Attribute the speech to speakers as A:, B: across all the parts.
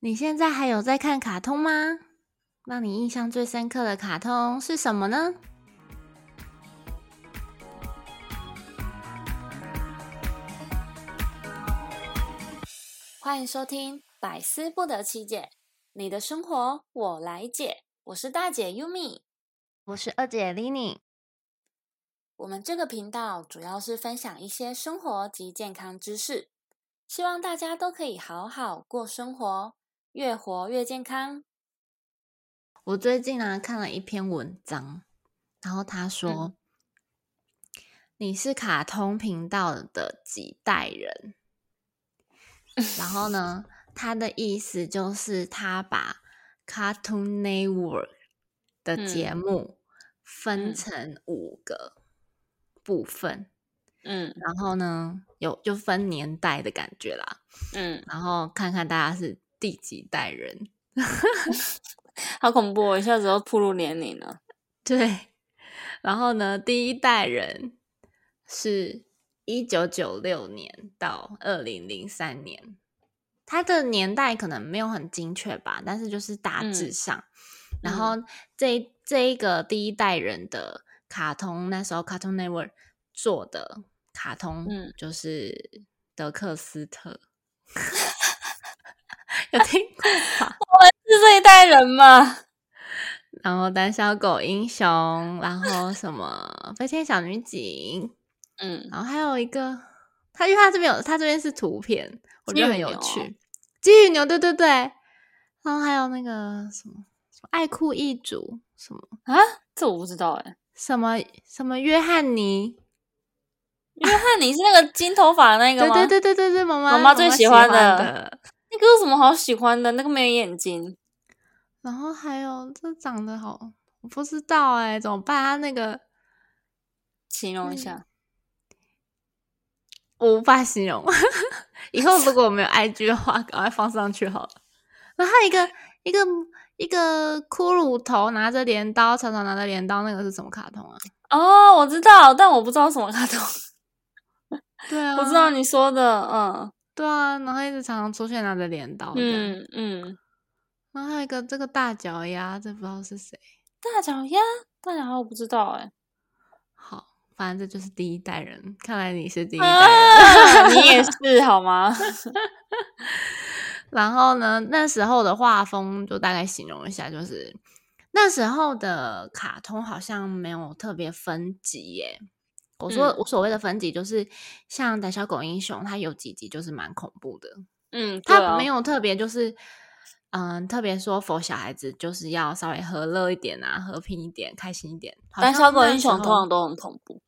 A: 你现在还有在看卡通吗？让你印象最深刻的卡通是什么呢？欢迎收听《百思不得其解》，你的生活我来解。我是大姐 Yumi，
B: 我是二姐 Lini。
A: 我们这个频道主要是分享一些生活及健康知识，希望大家都可以好好过生活，越活越健康。我最近呢、啊、看了一篇文章，然后他说、
B: 嗯
A: 你是卡通频道的几代人，然后 呢，他的意思就是他把 Cartoon Network 的节目分
B: 嗯
A: 成五个部分，
B: 嗯
A: 然后呢，有就分年代的感觉啦，
B: 嗯，
A: 然后看看大家是第几代人。
B: 好恐怖、哦，一下子就暴露年龄了。
A: 对，然后呢，第一代人是一九九六年到二零零三年，它的年代可能没有很精确吧，但是就是大致
B: 嗯
A: 上。然后这一这一个第一代人的卡通，那时候 Cartoon Network 做的卡通，
B: 嗯
A: 就是德克斯特， 有听过吧？
B: 是这一代人吗？
A: 然后胆小狗英雄，然后什么飞天小女警，
B: 嗯，
A: 然后还有一个，他因为他这边有，他这边是图片，我觉得很
B: 金鱼
A: 有
B: 牛
A: 趣。金鱼牛，对对对，然后还有那个什么什么爱哭一族，什么
B: 啊，这我不知道哎、
A: 什么什么约翰尼，
B: 约翰，你是那个金头发的那个
A: 对
B: 吗？
A: 对对对对对，妈妈
B: 妈
A: 妈
B: 妈最
A: 喜
B: 喜欢的
A: 的。
B: 那个有什么好喜欢的？那个没有眼睛，
A: 然后还有这长得好，我不知道哎、怎么办？他那个
B: 形容一下。
A: 我无法形容。 以后如果我没有 IG 的话，赶快放上去好了。然后还有一个一个一个骷髅头拿着镰刀，常常拿着镰刀，那个是什么卡通啊？
B: 哦，我知道，但我不知道什么卡通。
A: 对啊，
B: 我知道。你说的，嗯
A: 对啊，然后一直常常出现拿着镰刀这样。
B: 嗯嗯，
A: 然后还有一个这个大脚丫，这不知道是谁。
B: 大脚丫，大脚丫，我不知道哎、
A: 好，反正这就是第一代人。看来你是第一代人。
B: 啊， 你也是好吗？
A: 然后呢，那时候的画风就大概形容一下，就是那时候的卡通好像没有特别分级耶。我说、
B: 嗯
A: 我所谓的分级，就是像《胆小狗英雄》，它有几集就是蛮恐怖的，
B: 嗯，对
A: 它
B: 啊
A: 没有特别就是。嗯，特别说佛小孩子就是要稍微和乐一点啊，和平一点，开心一点。好
B: 胆
A: 像
B: 小狗
A: 那
B: 英
A: 时
B: 雄通
A: 候
B: 常都很恐怖。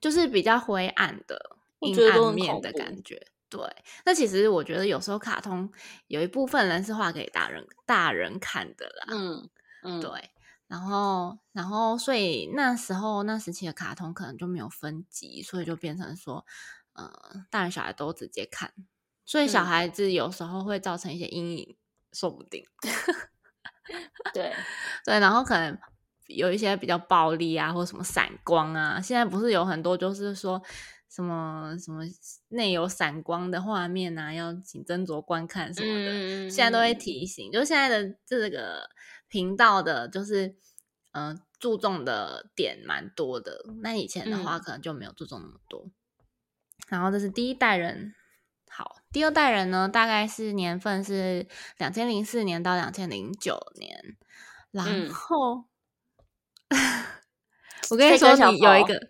A: 就是比较灰暗的、
B: 我
A: 阴
B: 觉得都
A: 暗
B: 很
A: 面
B: 恐
A: 的
B: 怖
A: 感觉。对，那其实我觉得有时候卡通有一部分人是画给大人大人看的啦，
B: 嗯嗯，
A: 对。然后，然后，所以那时候那时期的卡通可能就没有分级，所以就变成说，呃，大人小孩都直接看，所以小
B: 嗯
A: 孩子有时候会造成一些阴影，说不定。
B: 嗯对，
A: 对，然后可能有一些比较暴力啊，或什么闪光啊。现在不是有很多就是说什么什么内有闪光的画面啊，要请斟酌观看什么的。
B: 嗯，
A: 现在都会
B: 嗯
A: 提醒，就现在的这个频道的，就是嗯、呃注重的点蛮多的。那以前的话，
B: 嗯
A: 可能就没有注重那么多。然后这是第一代人。好，第二代人呢，大概是年份是两千零四年到两千零九年，然
B: 嗯
A: 后、 我跟你
B: 这
A: 说
B: 个，小
A: 你有一
B: 宝哦
A: 个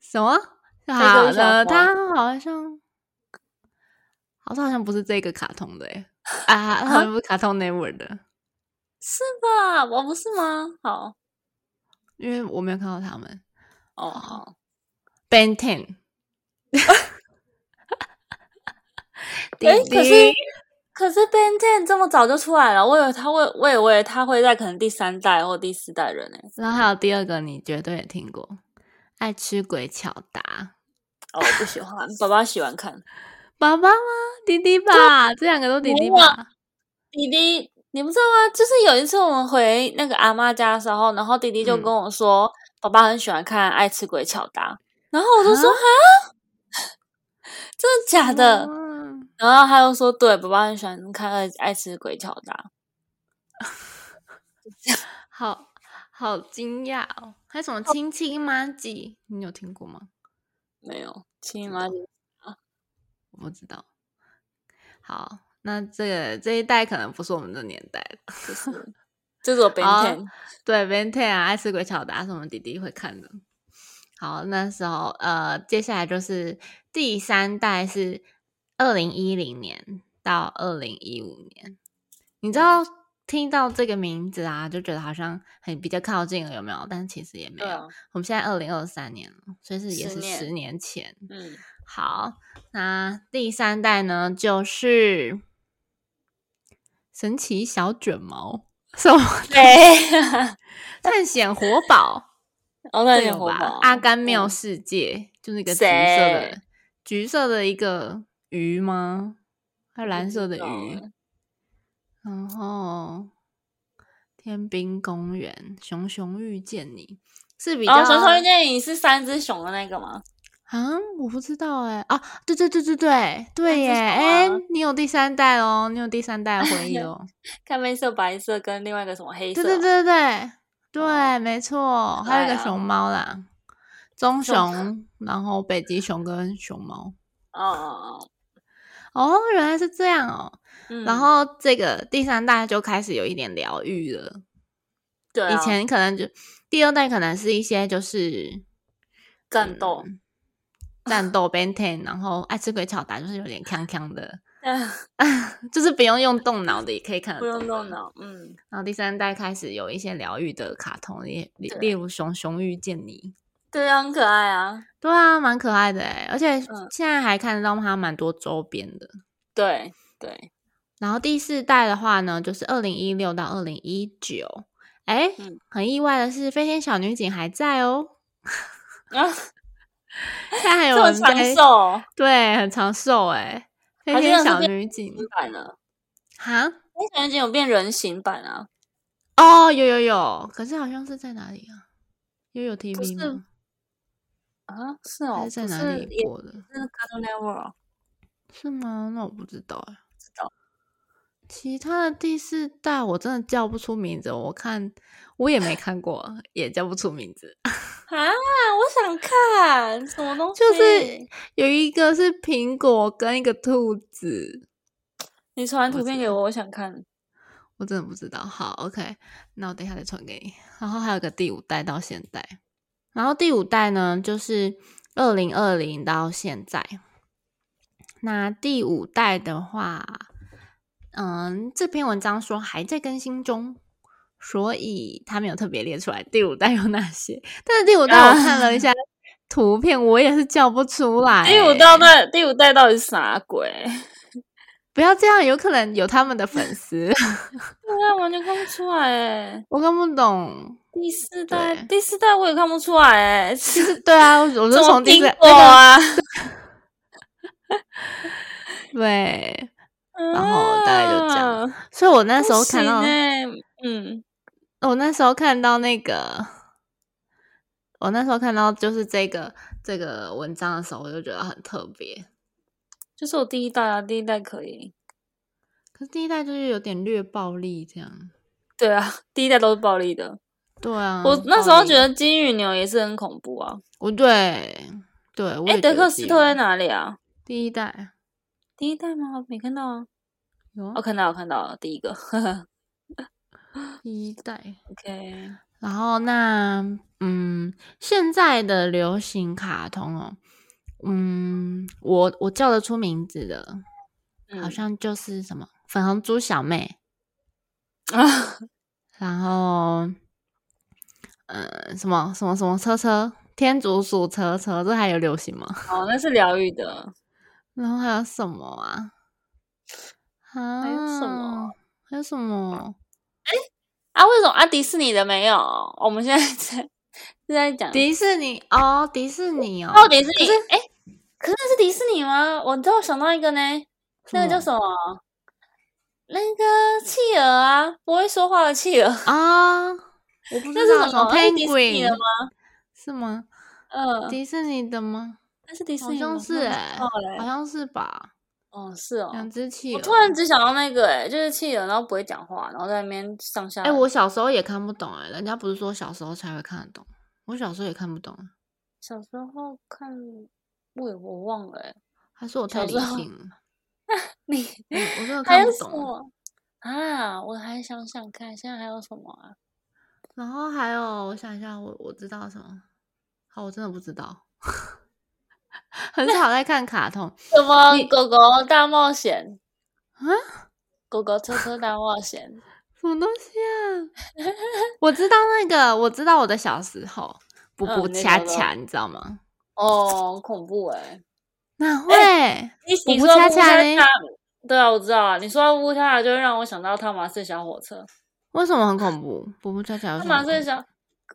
A: 什么？
B: 个
A: 好
B: 小
A: 了，
B: 宝
A: 他好像，好像好像不是这个卡通的 诶、啊，好像不是卡通 Network 的，
B: 是吧？我不是吗？好，
A: 因为我没有看到他们。
B: 哦
A: 好
B: 好，
A: Ben Ten，弟
B: 嗯诶可是
A: 弟，
B: 可是 Ben Ten 这么早就出来了，我以为他会，我以为他会在可能第三代或第四代人呢、
A: 然后还有第二个，你绝对也听过，爱吃鬼巧达，
B: 哦，我不喜欢，爸爸喜欢看。
A: 爸爸吗？弟弟吧，这两个都弟弟
B: 啊没有啊
A: 吧？
B: 弟弟，你不知道吗？就是有一次我们回那个阿妈家的时候，然后弟弟就
A: 嗯
B: 跟我说，爸爸很喜欢看《爱吃啊鬼巧达》，然后我就说
A: 啊
B: 哈，真的假的？
A: 嗯
B: 然后他又说，对，爸爸很喜欢看爱爱吃鬼跳大，
A: 好好惊讶哦！还有什么亲亲妈吉，你有听过吗？
B: 没有亲妈
A: 我不知道。好，那这个这一代可能不是我们的年代了。
B: 这是我 Ben
A: 好
B: Ten，
A: 对 b e n t e 啊，爱吃鬼巧达是我们弟弟会看的。好，那时候呃，接下来就是第三代是二零一零年到二零一五年。你知道听到这个名字啊，就觉得好像很比较靠近了，有没有？但其实也没
B: 对
A: 有。
B: 啊，
A: 我们现在二零二三年了，所以是也
B: 十
A: 是
B: 年
A: 十年前。
B: 嗯，
A: 好，那第三代呢，就是神奇小卷毛，什么
B: 对，
A: 探险活 宝，
B: 哦，那
A: 这
B: 你
A: 有
B: 活
A: 吧
B: 宝？
A: 阿甘妙
B: 嗯
A: 世界，就那个橘色的
B: 谁
A: 橘色的一个鱼吗？还有蓝
B: 不
A: 色的
B: 知道欸
A: 鱼，然后天兵公园，熊熊遇见你是比较
B: 哦，熊熊遇见你是三只熊的那个吗？
A: 啊，我不知道哎、啊，对对对对对
B: 那
A: 对
B: 是
A: 耶！
B: 什
A: 哎、
B: 么啊
A: 你有第三代哦，你有第三代的回 忆哦。
B: 咖啡色、白色跟另外一个什么黑色
A: 对
B: 啊？
A: 对对对对，
B: 哦
A: 没错，
B: 可
A: 还有一
B: 爱
A: 个
B: 啊
A: 熊猫啦，棕
B: 熊
A: 熊，然后北极熊跟熊猫。
B: 哦哦哦，
A: 哦，原来是这样哦。
B: 嗯
A: 然后这个第三代就开始有一点疗愈了。
B: 对啊
A: 以前可能就第二代可能是一些 就是
B: 战斗
A: 嗯战斗 Ben Ten，然后爱吃鬼巧达就是有点康康的，就是不用用动脑的也可以看得
B: 不用
A: 的
B: 动。脑，嗯，
A: 然后第三代开始有一些疗愈的卡通，例例
B: 对
A: 例如《熊熊遇见你》，
B: 对啊，很可爱啊，
A: 对啊，蛮可爱的哎，而且
B: 嗯
A: 现在还看得到它蛮多周边的。
B: 对对，
A: 然后第四代的话呢，就是二零一六到二零一九。哎
B: 嗯，
A: 很意外的是，飞天小女警还在哦。
B: 啊，
A: 现 在还有
B: 这么
A: 人
B: 长
A: 在
B: 寿哦，
A: 对，很长寿哎、飞
B: 还是嗯
A: 天
B: 那是
A: 小
B: 变
A: 女警
B: 新版了，
A: 哈
B: 飞天小女警有变人形版啊，
A: 哦，有有有，可是好像是在哪里啊？悠悠 TV
B: 是
A: 吗？
B: 啊，是
A: 还
B: 哦，
A: 是在
B: 不
A: 哪
B: 是
A: 里
B: 也
A: 播的？
B: 是 Cartoon Network 哦
A: 是吗？那我不知道哎、
B: 知道。
A: 其他的第四代我真的叫不出名字，我看我也没看过，也叫不出名字。
B: 啊，我想看什么东西？
A: 就是有一个是苹果跟一个兔子，
B: 你传图
A: 知
B: 片给我，我想看。
A: 我真的不知道。好，OK，那我等一下再传给你。然后还有个第五代到现代，然后第五代呢就是二零二零到现在。那第五代的话，嗯，这篇文章说还在更新中，所以它没有特别列出来第五代有哪些。但是第五代我看了一 下图片，我也是叫不出来、
B: 哦第五代那第五代到底是啥 鬼？
A: 不要这样，有可能有他们的粉丝，
B: 对啊，完全看不出来哎。
A: 我看不懂。
B: 第四代，
A: 对
B: 第四代我也看不出来哎，
A: 其实对 啊，我我
B: 怎
A: 就
B: 么
A: 从第一
B: 苹
A: 个
B: 果啊？
A: 对， 然后大概就这样
B: 啊。
A: 所以我那
B: 那
A: 时候看到，
B: 欸嗯，
A: 我那时候看到那个，我那时候看到就是这个这个文章的时候，我就觉得很特别。
B: 就是我第一代啊，第一代可以。
A: 可是第一代就是有点略暴力这样。
B: 对啊，第一代都是暴力的。
A: 对啊，
B: 我那时候
A: 暴力
B: 觉，得金鱼牛也是很恐怖啊。
A: 我对对，我
B: 哎、
A: 也
B: 德
A: 觉得
B: 克
A: 自
B: 斯
A: 己
B: 特在哪里啊？
A: 第一代
B: 第一代吗？没看到啊。
A: 有啊
B: 哦，看到了，看到了，第一个。
A: 第一代
B: OK，
A: 然后那嗯，现在的流行卡通哦，嗯，我我叫得出名字的，
B: 嗯
A: 好像就是什么粉红猪小妹，
B: 啊，
A: 然后呃什么什么什么车车天竺鼠车车，这还有流行吗？
B: 哦，那是疗愈的。
A: 然后还有什么啊？啊，
B: 有什么？
A: 还有什么？
B: 啊，为什么啊？迪士尼的没有？我们现在在 是在讲
A: 迪士尼哦，迪士尼哦，
B: 哦，迪士尼。哎、可是那是迪士尼吗？我都有想到一个呢，那个叫什么？那个企鹅啊，不会说话的企 鹅。
A: 啊？我不知
B: 那是
A: 道
B: 什么？那是迪士尼
A: Penguin
B: 的吗？
A: 是吗？
B: 嗯，
A: 迪士尼的吗？
B: 那是迪士
A: 好
B: 尼的吗，
A: 像是
B: 哎、
A: 哎、好像是吧？
B: 哦，是哦。
A: 两只企
B: 我
A: 鹅。
B: 突然只想到那个、欸，哎，就是企鹅，然后不会讲话，然后在那边上下。
A: 哎、我小时候也看不懂哎、人家不是说小时候才会看得懂，我小时候也看不懂，
B: 小时候看，我也我忘了、欸，
A: 还是我太
B: 小
A: 理
B: 时候
A: 性了，
B: 你
A: 我我真的
B: 还
A: 看
B: 有
A: 不
B: 什
A: 懂。
B: 么啊？我还想想看，现在还有什么啊？
A: 然后还有，我想一下，我我知道什么？好，我真的不知道，很少在看卡通。
B: 什么狗狗大冒险
A: 啊？
B: 狗狗车车大冒险？
A: 什么东西啊？ 我知道那个，我知道我的小时候，补
B: 嗯
A: 补
B: 你
A: 恰
B: 知道
A: 恰，你知道吗？
B: 哦，恐怖哎、
A: 哪会？
B: 你你
A: 我不
B: 说到
A: 恰
B: 布
A: 恰
B: 恰
A: 嘞
B: 恰，对啊，我知道啊。你说到布恰恰，就会让我想到汤马斯小火车。
A: 为什么很恐怖？补补恰恰有
B: 汤
A: 什么
B: 马
A: 恐怖？
B: 斯小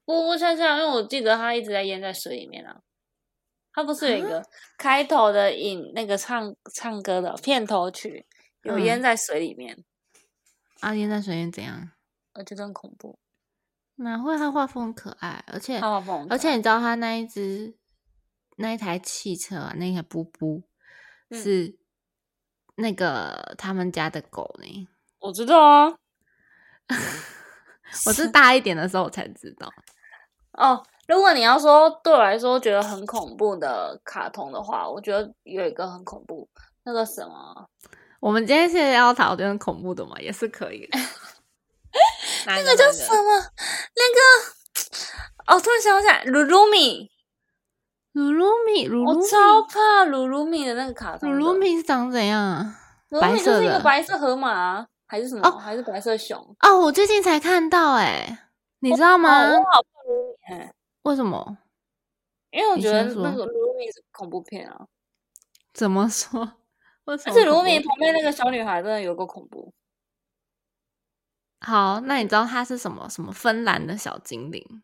B: 布布恰恰，因为我记得他一直在淹在水里面啊。他不是有一个开头的影那个唱唱歌的片头曲，有
A: 嗯
B: 淹在水里面，
A: 阿燕在水里怎样？
B: 我觉得很恐怖。
A: 哪会？它画风很可爱，而且
B: 他好疯，
A: 而且你知道它那一只那一台汽车啊，那台布布、
B: 嗯
A: 是那个他们家的狗呢。
B: 我知道 啊。
A: 我 是大一点的时候我才知道，
B: 哦，如果你要说对我来说觉得很恐怖的卡通的话，我觉得有一个很恐怖，那个什么，
A: 我们今天现在要讨论恐怖的嘛，也是可 以的。那
B: 那个叫什么？那个哦，突然想起来，鲁鲁米，
A: 鲁鲁米？鲁
B: 我
A: 鲁米
B: 哦超怕鲁鲁米的那个卡通
A: 鲁
B: 的。
A: 鲁米是长怎样啊？
B: 鲁鲁
A: 白
B: 米就
A: 色
B: 是一个
A: 的
B: 白色河马啊，还是什么？
A: 哦
B: 还是白色熊？
A: 哦，我最近才看到哎、你知道
B: 哦，
A: 吗？
B: 我好怕鲁鲁米欸，
A: 为什么？
B: 因为我
A: 你
B: 觉得
A: 先说
B: 那个鲁鲁米是恐怖片啊，
A: 怎么说？ 为什
B: 而
A: 么？
B: 且鲁鲁米旁边那个小女孩真的有够恐怖。
A: 好，那你知道它是什么？什么芬兰的小精灵？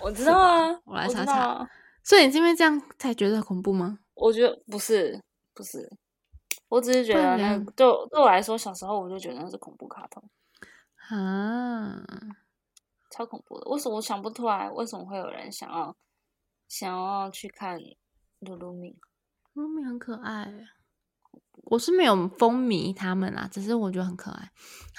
B: 我知
A: 是
B: 道
A: 吧
B: 啊，
A: 我来
B: 知
A: 查
B: 道
A: 查
B: 啊。
A: 所以你是因为这样才觉得恐怖吗？
B: 我觉得不是，不是，我只是觉
A: 不
B: 得
A: 然
B: 那
A: 怎
B: 个对我对我来说，小时候我就觉得那是恐怖卡通，
A: 啊，
B: 超恐怖的。为什么我想不出来？为什么会有人想要想要去看《鲁鲁米》？
A: 鲁鲁米很可爱欸。我是没有风靡他们啦，只是我觉得很可爱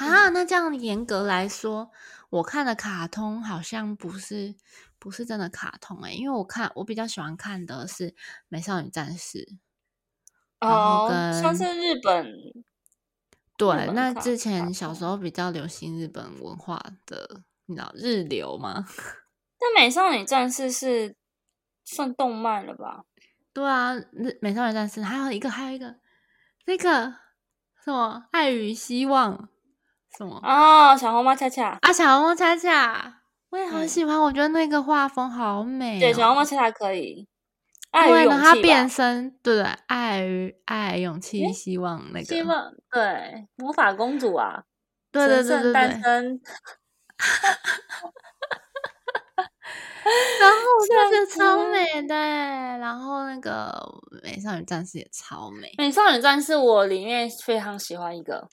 A: 啊。那这样严格来说，我看的卡通好像不是不是真的卡通诶、因为我看我比较喜欢看的是《美少女战士》。然后
B: 哦，
A: 跟
B: 像是日本，
A: 对，
B: 本
A: 那
B: 卡
A: 之前
B: 卡
A: 小时
B: 通
A: 候比较流行日本文化的，你知道日流吗？
B: 但《美少女战士》是算动漫了吧？
A: 对啊，日美少女战士还有一个，还有一个那个什么爱与希望什么
B: 哦，小红帽恰恰，
A: 啊，小红帽恰恰，我也好
B: 嗯
A: 喜欢，我觉得那个画风好美、哦。
B: 对，小红帽恰恰可以。爱与
A: 对，然
B: 勇
A: 后他
B: 气
A: 变
B: 吧，
A: 身，对对，爱与爱、勇气、
B: 诶
A: 希望那个，
B: 希望对魔法公主啊，
A: 对对
B: 神
A: 对
B: 圣
A: 对
B: 诞
A: 对。
B: 生
A: 然后我就觉得
B: 吓
A: 超
B: 死
A: 美的欸，然后那个美少女战士也超 美，
B: 美少女战士，我里面非常喜欢一个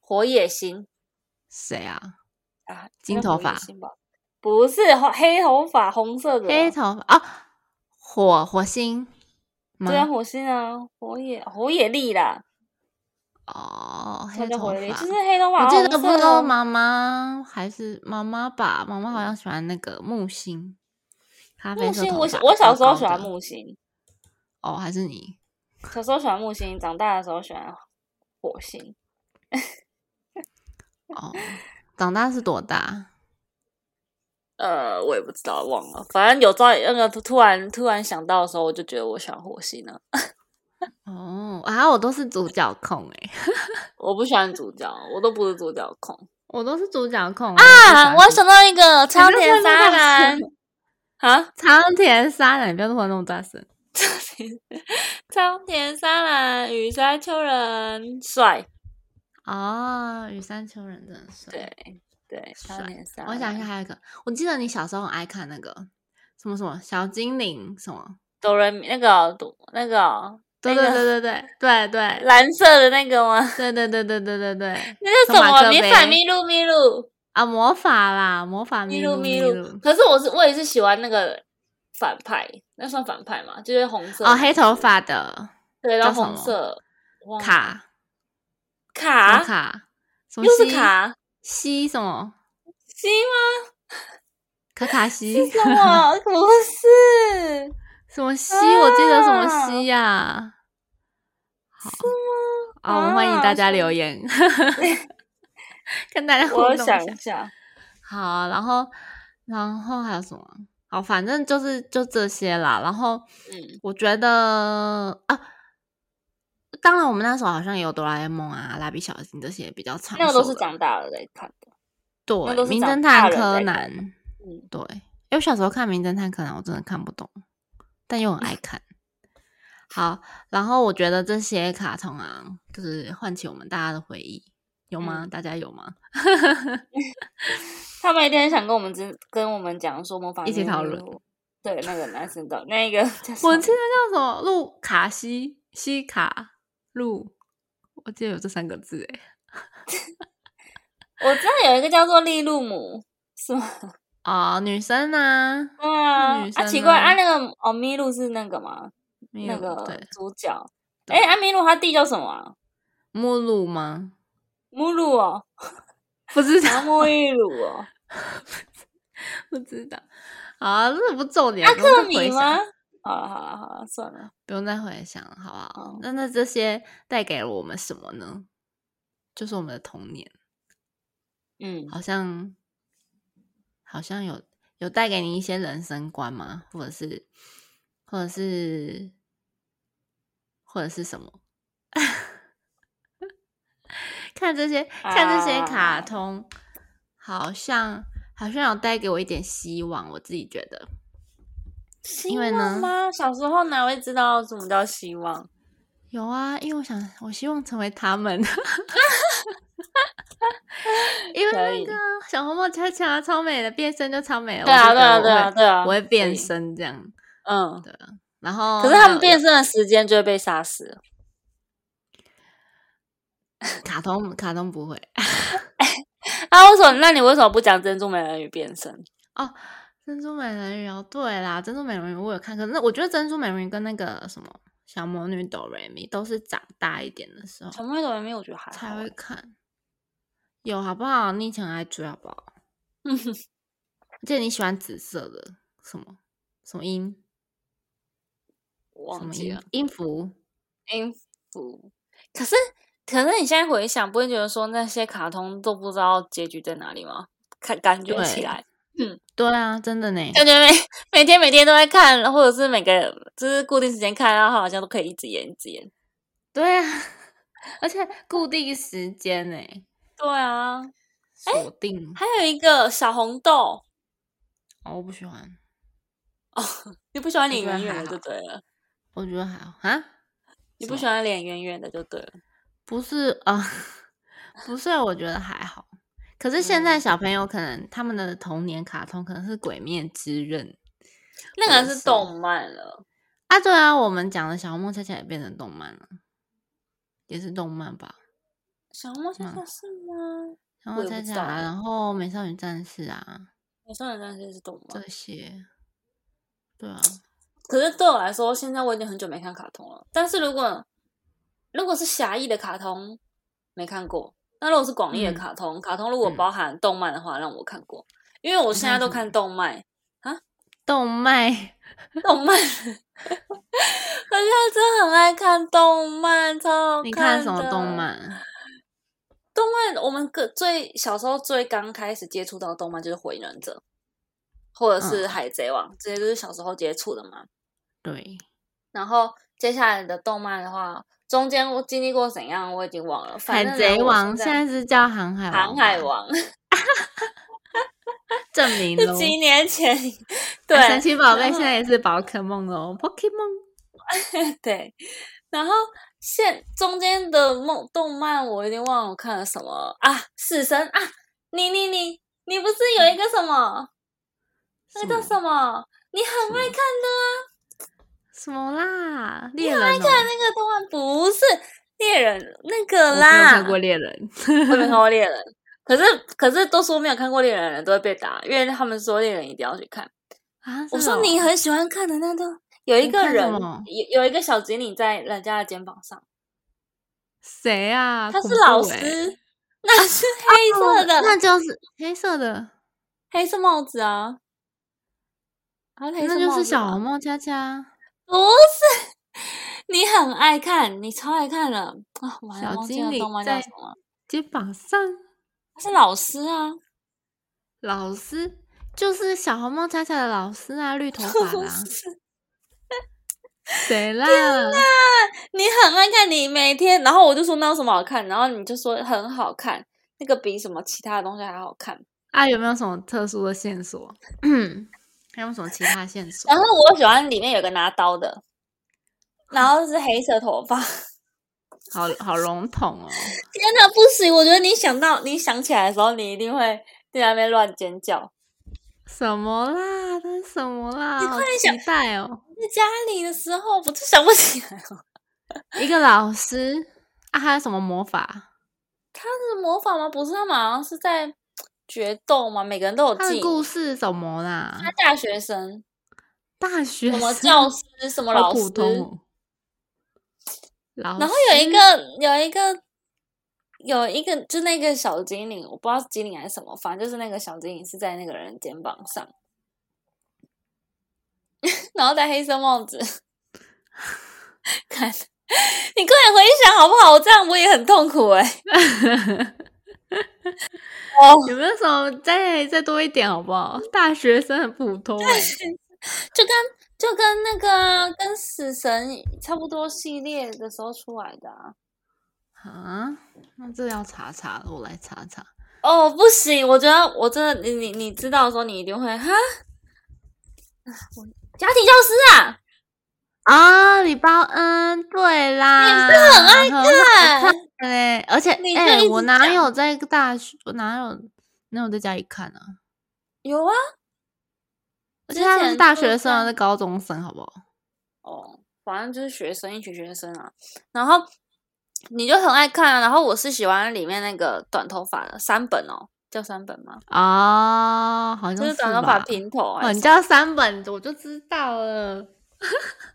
B: 火野星
A: 谁啊？
B: 啊，
A: 金
B: 应该
A: 头
B: 火野
A: 发
B: 星吧？不是红黑头发，红色的
A: 黑头发啊，火火星吗
B: 对？啊，火星啊，火野火野丽啦，
A: 哦，
B: 她
A: 黑
B: 叫
A: 头
B: 火野丽，
A: 发
B: 就。是黑头发，啊
A: 我记得
B: 红
A: 不
B: 色哦
A: 知道
B: 的
A: 妈妈还是妈妈吧，妈妈好像喜欢那个木星，咖啡
B: 木
A: 色
B: 星，
A: 头
B: 我
A: 发
B: 小我小
A: 高
B: 时候
A: 高
B: 喜欢
A: 的
B: 木星，
A: 哦，还是你？
B: 小时候喜欢木星，长大的时候喜欢火星，
A: 哦，长大是多大？
B: 呃，我也不知道忘了，反正有朝一那个突突然突然想到的时候，我就觉得我喜欢火星了。
A: 哦，啊，我都是主角控哎、
B: 我不喜欢主角，我都不是主角控。
A: 我都是主角控
B: 啊，我想到一个
A: 长
B: 超田沙男 啊，
A: 长田沙男，你不要突然那么大声。
B: 苍田沙男、羽山丘人帅，
A: 哦，羽山丘人真的帅。
B: 对对，苍
A: 帅
B: 田沙男。
A: 我想一下，还有一个，我记得你小时候很爱看那个什么什么小精灵什么，
B: 哆瑞咪那个哦哆那个
A: 对对
B: 那个
A: 对对对对对
B: 蓝色的那个吗？
A: 对对对对对对对，
B: 那是
A: 托
B: 什
A: 马
B: 么？
A: 克
B: 迷
A: 啊杯
B: 反迷路迷路
A: 啊，魔法啦，魔法
B: 迷
A: 路
B: 路迷
A: 路
B: 路。，可是我是我也是喜欢那个反派，那算反派嘛？就是红色
A: 哦，黑头
B: 发。
A: 发的，
B: 对，然
A: 叫
B: 后
A: 什
B: 红
A: 么
B: 色，忘了
A: 卡什么
B: 卡，
A: 卡，什么
B: 啊又是
A: 西
B: 卡
A: 西什么
B: 西吗？
A: 卡卡西
B: 什 么？不是，
A: 什么西？我记得什么
B: 啊
A: 西呀、好，啊，我们欢迎
B: 啊
A: 大家
B: 是
A: 留言， 跟大 家互动
B: 我
A: 一下。
B: 想一下，
A: 好，然后然后还有什么啊？好，反正就是就这些啦。然后，
B: 嗯，
A: 我觉得啊，当然我们那时候好像也有哆啦 A 梦啊、蜡笔小新这些比较长
B: 那个都
A: 寿
B: 是
A: 的
B: 长大了在看的。那
A: 对
B: 都
A: 《
B: 是
A: 名
B: 长
A: 侦
B: 大
A: 探
B: 人
A: 柯
B: 在看
A: 南》
B: 嗯，
A: 对，因为我小时候看《名侦探柯南》，我真的看不懂，但又很爱看。好，然后我觉得这些卡通啊，就是唤起我们大家的回忆，有
B: 嗯
A: 吗？大家有吗？
B: 他们一定很想跟我们之跟我们讲说模仿
A: 一起
B: 那个
A: 讨
B: 女
A: 论
B: 巫。对，那个男生的，那个叫什
A: 我
B: 么
A: 记得叫什么路卡西西卡路，我记得有这三个字欸诶。
B: 我知道有一个叫做利露姆，是吗？
A: 啊、女生啊，
B: 对啊
A: 女，生
B: 啊奇怪
A: 呢
B: 啊，那个哦，麋鹿是那个吗？
A: 没
B: 那
A: 有
B: 个
A: 对
B: 主角。
A: 对
B: 哎，阿麋鹿他弟叫什么啊？
A: 目录吗？
B: 母乳哦，
A: 不知
B: 然
A: 道，
B: 后沐浴乳哦，
A: 不知道。好、啊，这不重点，
B: 阿
A: 不用再回
B: 克米
A: 想
B: 吗？好了好了好了，算了，
A: 不用再回想了，好不好
B: 好？
A: 那那这些带给了我们什么呢？就是我们的童年，
B: 嗯，
A: 好像好像有有带给你一些人生观吗？或者是或者是或者是什么？ 看这些看这些卡
B: 啊
A: 通，好像好像有带给我一点希望，我自己觉得。
B: 希
A: 因为呢
B: 望吗？小时候哪会知道什么叫希望？
A: 有啊，因为我想，我希望成为他们， 因为
B: 可
A: 那
B: 以
A: 个小红帽恰恰超美的，变身就超美了。
B: 对啊
A: 我就觉得
B: 对啊
A: 我会
B: 对啊对啊
A: 我会
B: 可
A: 变
B: 以
A: 身这样。
B: 嗯，
A: 对啊，然后
B: 可是他
A: 还
B: 们
A: 有
B: 变身的时间就会被杀死了。
A: 卡通，卡通不会
B: 啊，为什么？那你为什么不讲珍珠美人鱼变身？
A: 哦。珍珠美人鱼哦，对啦，珍珠美人鱼我有看，可是我觉得珍珠美人鱼跟那个什么小魔女哆瑞咪都是长大一点的时候
B: 小魔女的没有，我觉得还
A: 才
B: 好
A: 会。看，有好不好？你以前很爱追好不好？
B: 嗯
A: 而且你喜欢紫色的什么什么音？
B: 我
A: 什
B: 忘
A: 么
B: 记
A: 音
B: 了
A: 音符？
B: 音符。可是，可是你现在回想，不会觉得说那些卡通都不知道结局在哪里吗？看感觉起
A: 对
B: 来，
A: 对啊，真的呢。
B: 感觉每每天每天都在看，或者是每个就是固定时间看，然后好像都可以一直演一直演。
A: 对啊， 而且固定时间呢，
B: 对啊，
A: 锁定。
B: 还有一个小红豆，
A: 哦，我不喜欢，
B: 你不喜欢
A: 我
B: 脸
A: 觉得
B: 圆
A: 还
B: 圆的
A: 好
B: 就对了，
A: 我觉得还好啊。
B: 你
A: 什
B: 不
A: 么
B: 喜欢脸圆圆的就对了。
A: 不是啊、呃 不是，我觉得还好。可是现在
B: 嗯
A: 小朋友可能他们的童年卡通可能是《鬼灭之刃》
B: 那
A: 我也
B: 个是
A: 是
B: 动漫了，
A: 啊，对啊，我们讲的小梦恰恰也变成动漫了，也是动漫吧？
B: 小魔
A: 嗯
B: 小小是吗？
A: 小
B: 我
A: 梦
B: 也不
A: 恰
B: 知
A: 恰
B: 道
A: 啊，
B: 欸
A: 然后《美少女战士》啊，
B: 美少女战士是动
A: 这
B: 漫，
A: 些，对 啊，
B: 可是对我来说，现在我已经很久没看卡通了。但是如果如果是狭义的卡通，没看过；那如果是广义的
A: 嗯
B: 卡通，卡通如果
A: 嗯
B: 包含动漫的话，让我看过，因为我现在
A: 看
B: 都
A: 什
B: 看
A: 么
B: 动漫，
A: 动漫。
B: 动漫。我 现在真的很爱看动漫，超好
A: 你看什么
B: 的
A: 动？漫？
B: 动漫，我们个最小时候最刚开始接触到的动漫就是《火影忍者》，或者是
A: 嗯
B: 《海贼王》，这些就是小时候接触的嘛。
A: 对，
B: 然后接下来的动漫的话，中间我经历过怎样，我已经忘了。
A: 海
B: 反正呢
A: 贼
B: 我
A: 王哦
B: 现
A: 现在是叫航海王
B: 《
A: 吧，
B: 航海王》
A: 证明
B: 是
A: 喽。
B: 几年前，对，
A: 哎神奇宝贝
B: 然
A: 现
B: 后
A: 在也是宝可梦喽，Pokemon。
B: 对，然后现中间的梦动漫我有点忘了我看了什么啊，死神啊，你你你你不是有一个什么，那叫什么？你很爱看的
A: 什么啦？猎人、哦？
B: 啊，那个动漫不是猎人那个
A: 我没有
B: 啦，
A: 看过猎人。
B: 我也没看过猎人，可是可是都说没有看过猎人的人都会被打，因为他们说猎人一定要去看。
A: 啊，
B: 我
A: 是
B: 说
A: 哦
B: 你很喜欢看的那个，有一
A: 你
B: 个
A: 看什
B: 人
A: 么
B: 有有一个小精灵在人家的肩膀上，
A: 谁啊？
B: 他
A: 恐
B: 是老
A: 怖欸 啊哦
B: 师，那是黑色的、
A: 那就是黑色的，
B: 黑色帽子啊，啊，黑色
A: 那就
B: 帽
A: 是
B: 子
A: 小
B: 吧
A: 红帽佳佳。
B: 不是，你很爱看，你超爱看了啊！完了，
A: 小
B: 忘记
A: 精
B: 了
A: 灵
B: 动漫叫
A: 在
B: 什么了。
A: 肩膀上，
B: 他是老师啊，
A: 老师就是小红帽佳佳的老师啊，绿头发 的、
B: 不
A: 啊，
B: 是
A: 谁啦？
B: 你很爱看，你每天，然后我就说那有什么好看，然后你就说很好看，那个比什么其他的东西还好看。
A: 啊，有没有什么特殊的线索？ 还有什么其他线索
B: 然？后我喜欢里面有个拿刀 的，然后是黑色头发。
A: 好好笼统哦。
B: 天哪，不行！我觉得你想到你想起来的时候，你一定会在那边乱尖叫。
A: 什么啦？那是什么啦？
B: 你
A: 好
B: 快点
A: 期
B: 想
A: 待哦！
B: 在家里的时候，我就想不起来 了。
A: 一个老师啊，还有什么魔法？
B: 是魔法吗？不是，他们好像是在决斗吗？每个人都有
A: 他
B: 自
A: 的
B: 己。
A: 故事怎么啦？
B: 他大学生，
A: 大学
B: 什么
A: 生
B: 教师，什么
A: 好
B: 老师
A: 普，通哦。老
B: 然后有一个有一个有一个，就那个小精灵，我不知道是精灵还是什么，反正就是那个小精灵是在那个人肩膀上， 然后戴黑色帽子。看，你快点回想好不好？我这样我也很痛苦哎、哦，
A: 有没有什么再再多一点好不好？大学生很普通、欸，
B: 就跟就跟那个啊、跟死神差不多系列的时候出来的啊。
A: 啊，那这要查查了，我来查查。
B: 哦，不行，我觉得我真的，你你你知道的时候，你一定会哈，啊我家庭教师啊，
A: 啊、李包恩，对啦，你是很爱看哎、而且
B: 你就
A: 哎、
B: 一直
A: 我哪
B: 讲
A: 有在大学，我哪有哪有在家里看啊？
B: 有啊，
A: 而且他们
B: 之前
A: 是大
B: 就
A: 学
B: 这
A: 生
B: 样
A: 啊，是高中生，好不好？
B: 哦，反正就是学生，一群学生啊，然后你就很爱看啊，然后我是喜欢里面那个短头发的三本哦，叫三本吗？
A: 啊、好像
B: 就是短
A: 吧
B: 头发平头啊
A: 哦，
B: 还
A: 你
B: 是
A: 叫三本，我就知道了。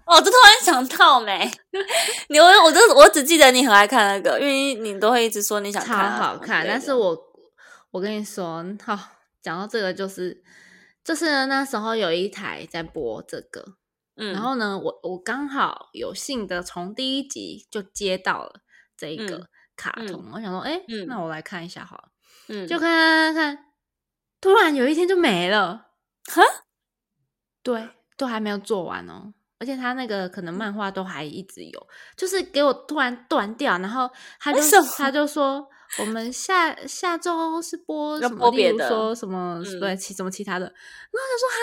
B: 哦，这突然想到没？ 你我我就我只记得你很爱看那个，因为你都会一直说你想
A: 超
B: 看啊、
A: 好
B: 什么之
A: 看。
B: 类
A: 但
B: 的
A: 是我我跟你说，好，讲到这个就是就是呢那时候有一台在播这个，
B: 嗯，
A: 然后呢，我我刚好有幸的从第一集就接到了这一
B: 嗯
A: 个卡通，我想说，哎、
B: 嗯
A: 那我来看一下好了，
B: 嗯
A: 就看看看，突然有一天就没了，
B: 哈，
A: 对，都还没有做完哦。而且他那个可能
B: 嗯
A: 漫画都还一直有，就是给我突然断掉，然后他就
B: 为什么
A: 他就说我们下下周是播
B: 要
A: 什么，
B: 播
A: 例
B: 别
A: 如
B: 的
A: 说什么、
B: 嗯
A: 对其什么其他的，然后他说哈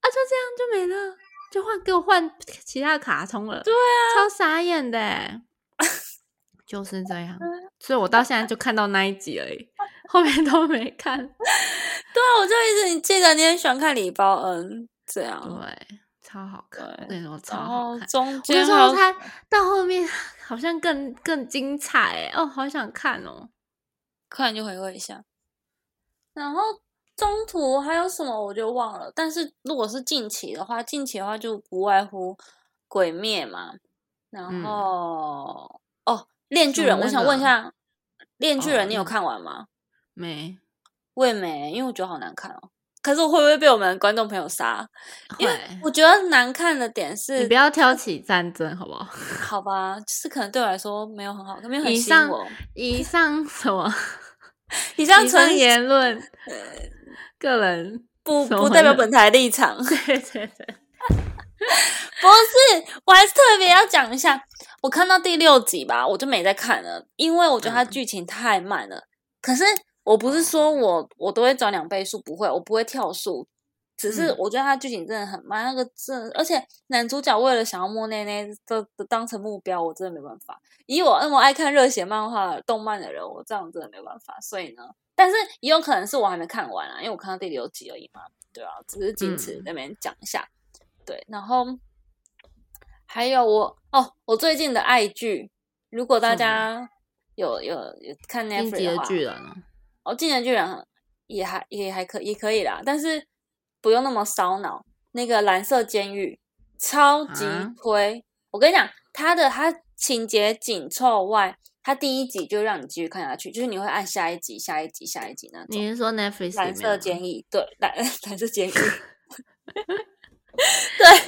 A: 啊就这样就没了，就换给我换其他的卡通了，对啊，超傻眼的欸，就是这 样，所以我到现在就看到那一集而已，后面都没 看，
B: 对啊，我就一直记得你很喜欢看李包恩这样，
A: 对，超好看，我
B: 对
A: 跟你说超
B: 然
A: 好
B: 后
A: 看。
B: 中
A: 我就
B: 间还
A: 说
B: 有
A: 他到后面好像更更精彩欸哦，好想看哦。
B: 看就回味一下，然后中途还有什么我就忘了，但是如果是近期的话，近期的话就不外乎《鬼灭》嘛，然
A: 嗯
B: 后、哦，《恋巨
A: 我
B: 人》
A: 们
B: 我
A: 那
B: 想问一
A: 个啊
B: 下，《恋巨
A: 哦
B: 人》你有
A: 那
B: 看完吗？
A: 没
B: 我也没，因为我觉得好难看哦。可是我会不会被我们观众朋友杀？因为
A: 会，
B: 我觉得难看的点是，
A: 你不要挑起战争好不好？
B: 好吧，就是可能对我来说没有很好，没有很
A: 以
B: 吸引
A: 上
B: 我。
A: 以上什么？
B: 以上
A: 以上
B: 纯
A: 言论，
B: 呃
A: 个人
B: 不
A: 什
B: 不
A: 么
B: 代表
A: 的
B: 本台立场，不
A: 对对对，
B: 是，我还是特别要讲一下。我看到第六集吧，我就没再看了，因为我觉得它
A: 嗯
B: 剧情太慢了。可是我不是说我我都会转两倍速，不会，我不会跳速，只是
A: 嗯
B: 我觉得它剧情真的很慢，那个真的，而且男主角为了想要摸内内，这这当成目标，我真的没办法。以我那么爱看热血漫画、动漫的人，我这样真的没办法。所以呢，但是也有可能是我还没看完啊，因为我看到第六集而已嘛，对啊，只是仅此
A: 嗯
B: 那边讲一下。对，然后还有我哦，我最近的爱剧，如果大
A: 什么
B: 家有有有看
A: 晋
B: Netflix
A: 级
B: 的
A: 的
B: 话，
A: 巨人哦，
B: 哦，进击的巨人很也还也还可也可以啦，但是不用那么烧脑。那个蓝色监狱超级
A: 啊
B: 推，我跟你讲，它的它情节紧凑外，它第一集就让你继续看下去，就是你会按下一集、下一集、下一集那种。
A: 你是啊说 Netflix
B: 蓝
A: 里面
B: 色
A: 吗
B: 监狱，对，蓝 蓝色监狱，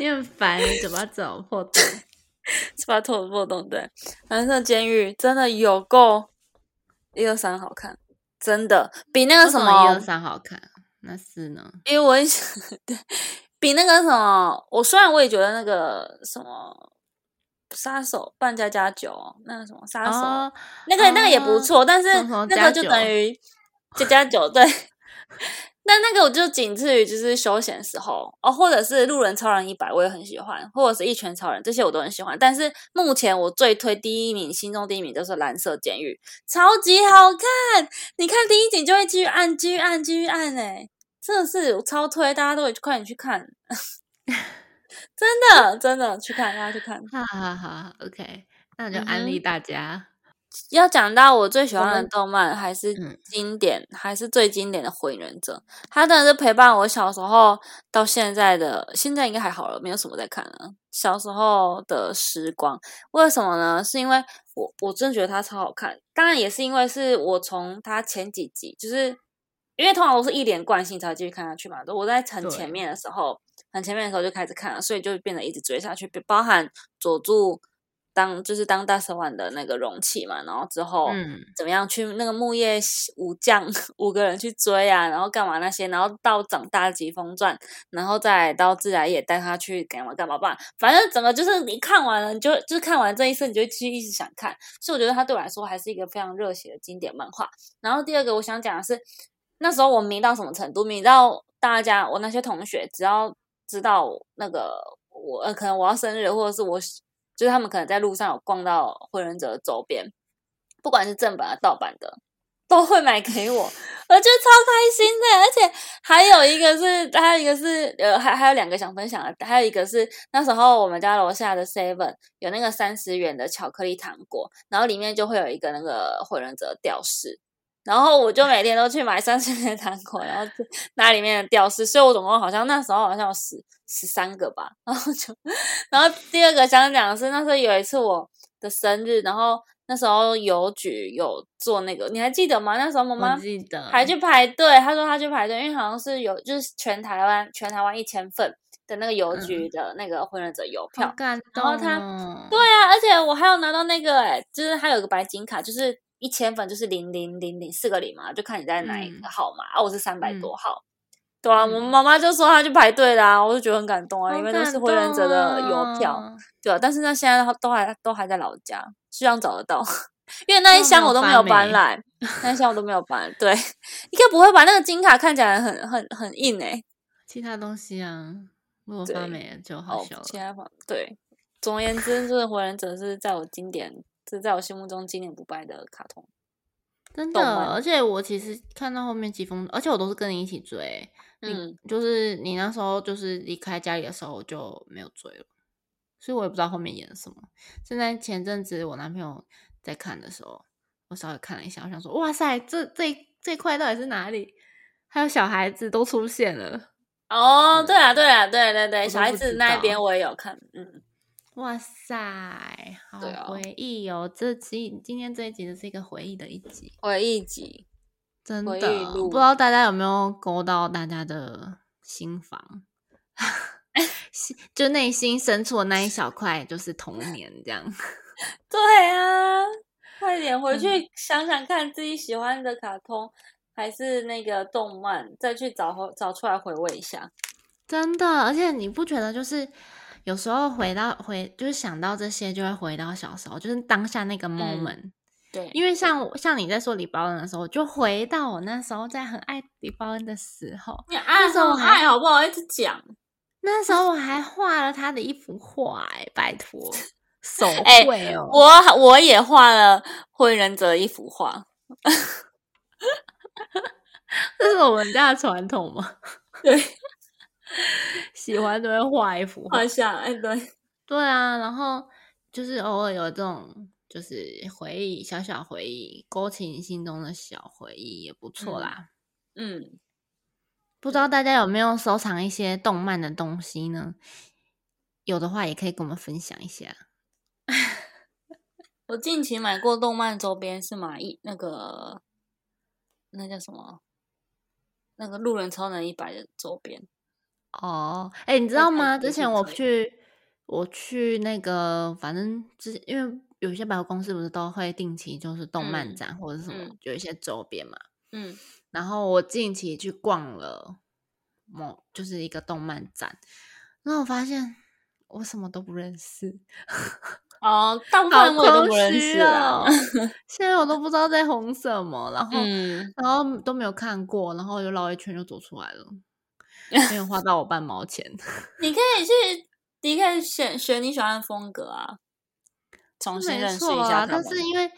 A: 你很烦，你嘴巴走 破洞。
B: 是吧？透破洞，对，蓝色监狱真的有够一二三好看，真的比那个什
A: 一二
B: 么，
A: 三好看，啊那四呢？
B: 因为我很喜 对，比那个什么，我虽然我也觉得那个什么杀手扮家家酒，那个什么杀手，
A: 哦，
B: 那个、那个也不
A: 哦
B: 错，但是
A: 什么
B: 那个
A: 加
B: 就
A: 酒
B: 等于 加加酒对。那那个我就仅次于就是休闲时候哦，或者是路人超人一百，我也很喜欢，或者是一拳超人，这些我都很喜欢。但是目前我最推第一名，心中第一名就是蓝色监狱，超级好看。你看第一集就会继续按，继续按，继续按、欸，哎，真的是我超推，大家都会快点去看， 真的真的去看，大家去看。
A: 哈哈哈，OK，那就
B: 嗯哼
A: 安利大家。
B: 要讲到我最喜
A: 我
B: 欢的
A: 们
B: 动漫，还是
A: 嗯
B: 经典，还是最经典的《火影忍者》，它真的是陪伴我小时候到现在的，现在应该还好了，没有什么在看了。小时候的时光，为什么呢？是因为我我真的觉得它超好看，当然也是因为是我从它前几集，就是因为通常我是一连贯性才会继续看下去嘛，我在很
A: 对
B: 前面的时候，很前面的时候就开始看了，所以就变得一直追下去，比包含佐助当就是当大蛇丸的那个容器嘛，然后之后
A: 嗯
B: 怎么样去那个木叶五将五个人去追啊，然后干嘛那些，然后到长大疾风传，然后再来到自然也带他去干嘛干嘛吧，反正整个就是你看完了，你就就是看完这一次，你就继续一直想看，所以我觉得它对我来说还是一个非常热血的经典漫画。然后第二个我想讲的是，那时候我迷到什么程度？迷到大家，我那些同学只要知道我那个我、呃、可能我要生日，或者是我就是他们可能在路上有逛到火影忍者的周边，不管是正版还是盗版的，都会买给我，我觉得超开心的。而且还有一个是，还有一个是，呃，还还有两个想分享的，还有一个是那时候我们家楼下的 Seven 有那个三十元的巧克力糖果，然后里面就会有一个那个火影忍者的吊饰。然后我就每天都去买三十元的糖果，然后就拿里面的吊饰，所以我总共好像那时候好像有十十三个吧，然后就，然后第二个想讲的是那时候有一次我的生日，然后那时候邮局有做那个，你还记得吗？那时候妈妈
A: 我记得
B: 还去排队，他说他去排队，因为好像是有就是全台湾全台湾一千份的那个邮
A: 嗯
B: 局的那个火影忍者邮票
A: 好，感动、
B: 然后
A: 哦。
B: 他对啊，而且我还有拿到那个、欸，就是还有个白金卡，就是一千粉就是零零零零四个零嘛，就看你在哪一
A: 嗯
B: 个号码、啊，我是三百
A: 嗯
B: 多号。对啊，我
A: 嗯
B: 妈妈就说她去排队啦、我就觉得很感动啊，
A: 好
B: 里面都
A: 感
B: 是火影忍者的
A: 动
B: 邮票，
A: 哦
B: 对啊，但是那现在都还都还在老家，希望找得到， 因为那一
A: 那
B: 箱
A: 好
B: 我都没
A: 烦
B: 有搬
A: 欸
B: 来， 那一箱我都没有搬。对， 你该不会把那个金卡看起来很很很硬哎、
A: 其他东西啊，如果
B: 对
A: 发霉了就好
B: 哦
A: 修，了。
B: 其他方对。总而言之，就是《火影忍者》是在我经典，是在我心目中经典不败的卡通。
A: 真
B: 动
A: 的，
B: 漫
A: 而且我其实看到后面疾风，而且我都是跟你一起追。
B: 嗯
A: 嗯，就是你那时候就是离开家里的时候，我就没有追了，所以我也不知道后面演什么。现在前阵子我男朋友在看的时候，我稍微看了一下，我想说，哇塞，这这这一块到底是哪里？还有小孩子都出现了，
B: 哦，对啊，对啊，对对对，
A: 我
B: 小
A: 都
B: 孩
A: 不知
B: 子那一边
A: 道
B: 我也有看，嗯，
A: 哇塞，好
B: 对啊
A: 回忆哦！这期今天这一集的是一个回忆的一集。
B: 回忆集。
A: 真
B: 回忆
A: 的，
B: 录
A: 不知道大家有没有勾到大家的心房， 心就内心深处的那一小块，就是童年这样。
B: 对啊，快点回
A: 真
B: 去想想看自己喜欢的卡通还是那个动漫，再去找回找出来回味一下。
A: 真的，而且你不觉得就是有时候回到回，就是想到这些，就会回到小时候，就是当下那个 moment。
B: 嗯对，
A: 因为像我像你在说李包恩的时候，我就回到我那时候在很爱李包恩的时候，
B: 你爱
A: 那时候我
B: 很
A: 还
B: 啊爱好不好？一直讲，
A: 那时候我还画了他的一幅画、哎，拜 托，手
B: 哎
A: 绘哦、
B: 我我也画了《火影忍者》一幅画，
A: 这是我们家的传统吗？
B: 对，
A: 喜欢都会画一幅画
B: 画。下来，对，
A: 对啊，然后就是偶尔有这种，就是回忆，小小回忆，勾起你心中的小回忆，也不错啦。
B: 嗯。
A: 不知道大家有没有收藏一些动漫的东西呢？有的话，也可以跟我们分享一下。
B: 我近期买过动漫周边是买一那个那叫什么？那个路人超能一百的周边，
A: 哦，哎、你知
B: 那
A: 道
B: 台
A: 吗？
B: 北
A: 之
B: 是
A: 前我
B: 这样
A: 去，我去那个，反正之因为有一些百货公司不是都会定期就是动漫
B: 嗯
A: 展或者是什么，
B: 嗯
A: 有一些周边嘛。
B: 嗯
A: 然后我近期去逛了某就是一个动漫展，然后我发现我什么都不认识，
B: 哦，大部
A: 好
B: 分我也都
A: 空
B: 不认
A: 虚
B: 识啊。
A: 哦，现在我都不知道在红什么，然后
B: 嗯，
A: 然后都没有看过，然后我就绕一圈就走出来了，没有 花到我半毛钱。
B: 你可以去，你可以选选你喜欢的风格啊，重新
A: 没
B: 认识
A: 错
B: 一
A: 啊，
B: 下他
A: 但
B: 们。
A: 是因为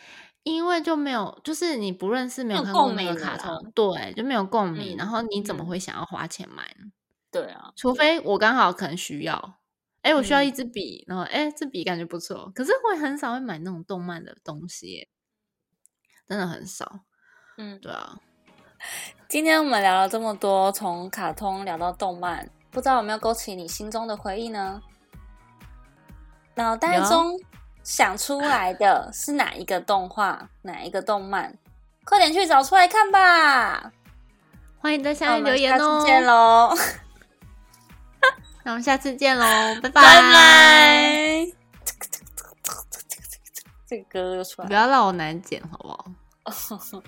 A: 因为就没有，就是你不认识，没有
B: 没
A: 看
B: 有共
A: 过那个
B: 鸣了
A: 卡
B: 啦
A: 通，对，就没有共鸣。然
B: 嗯
A: 后你怎么
B: 嗯
A: 会想要花钱买呢？
B: 对啊，
A: 除非我刚好可能需要，哎，我需要一
B: 嗯
A: 支笔，然后哎，诶这笔感觉不错，可是会很少会买那种动漫的东西耶，真的很少。
B: 嗯，
A: 对啊，
B: 今天我们聊了这么多，从卡通聊到动漫，不知道有没有勾起你心中的回忆呢？脑袋
A: 有
B: 中想出来的是哪一个动画，哪一个动漫？快点去找出来看吧！
A: 欢迎在下
B: 那我
A: 面留
B: 们
A: 言
B: 下
A: 哦
B: 次。见喽，
A: 那我们下次见喽，拜拜
B: 拜拜！ 这个歌又出来了
A: 不。要让我难剪好不好？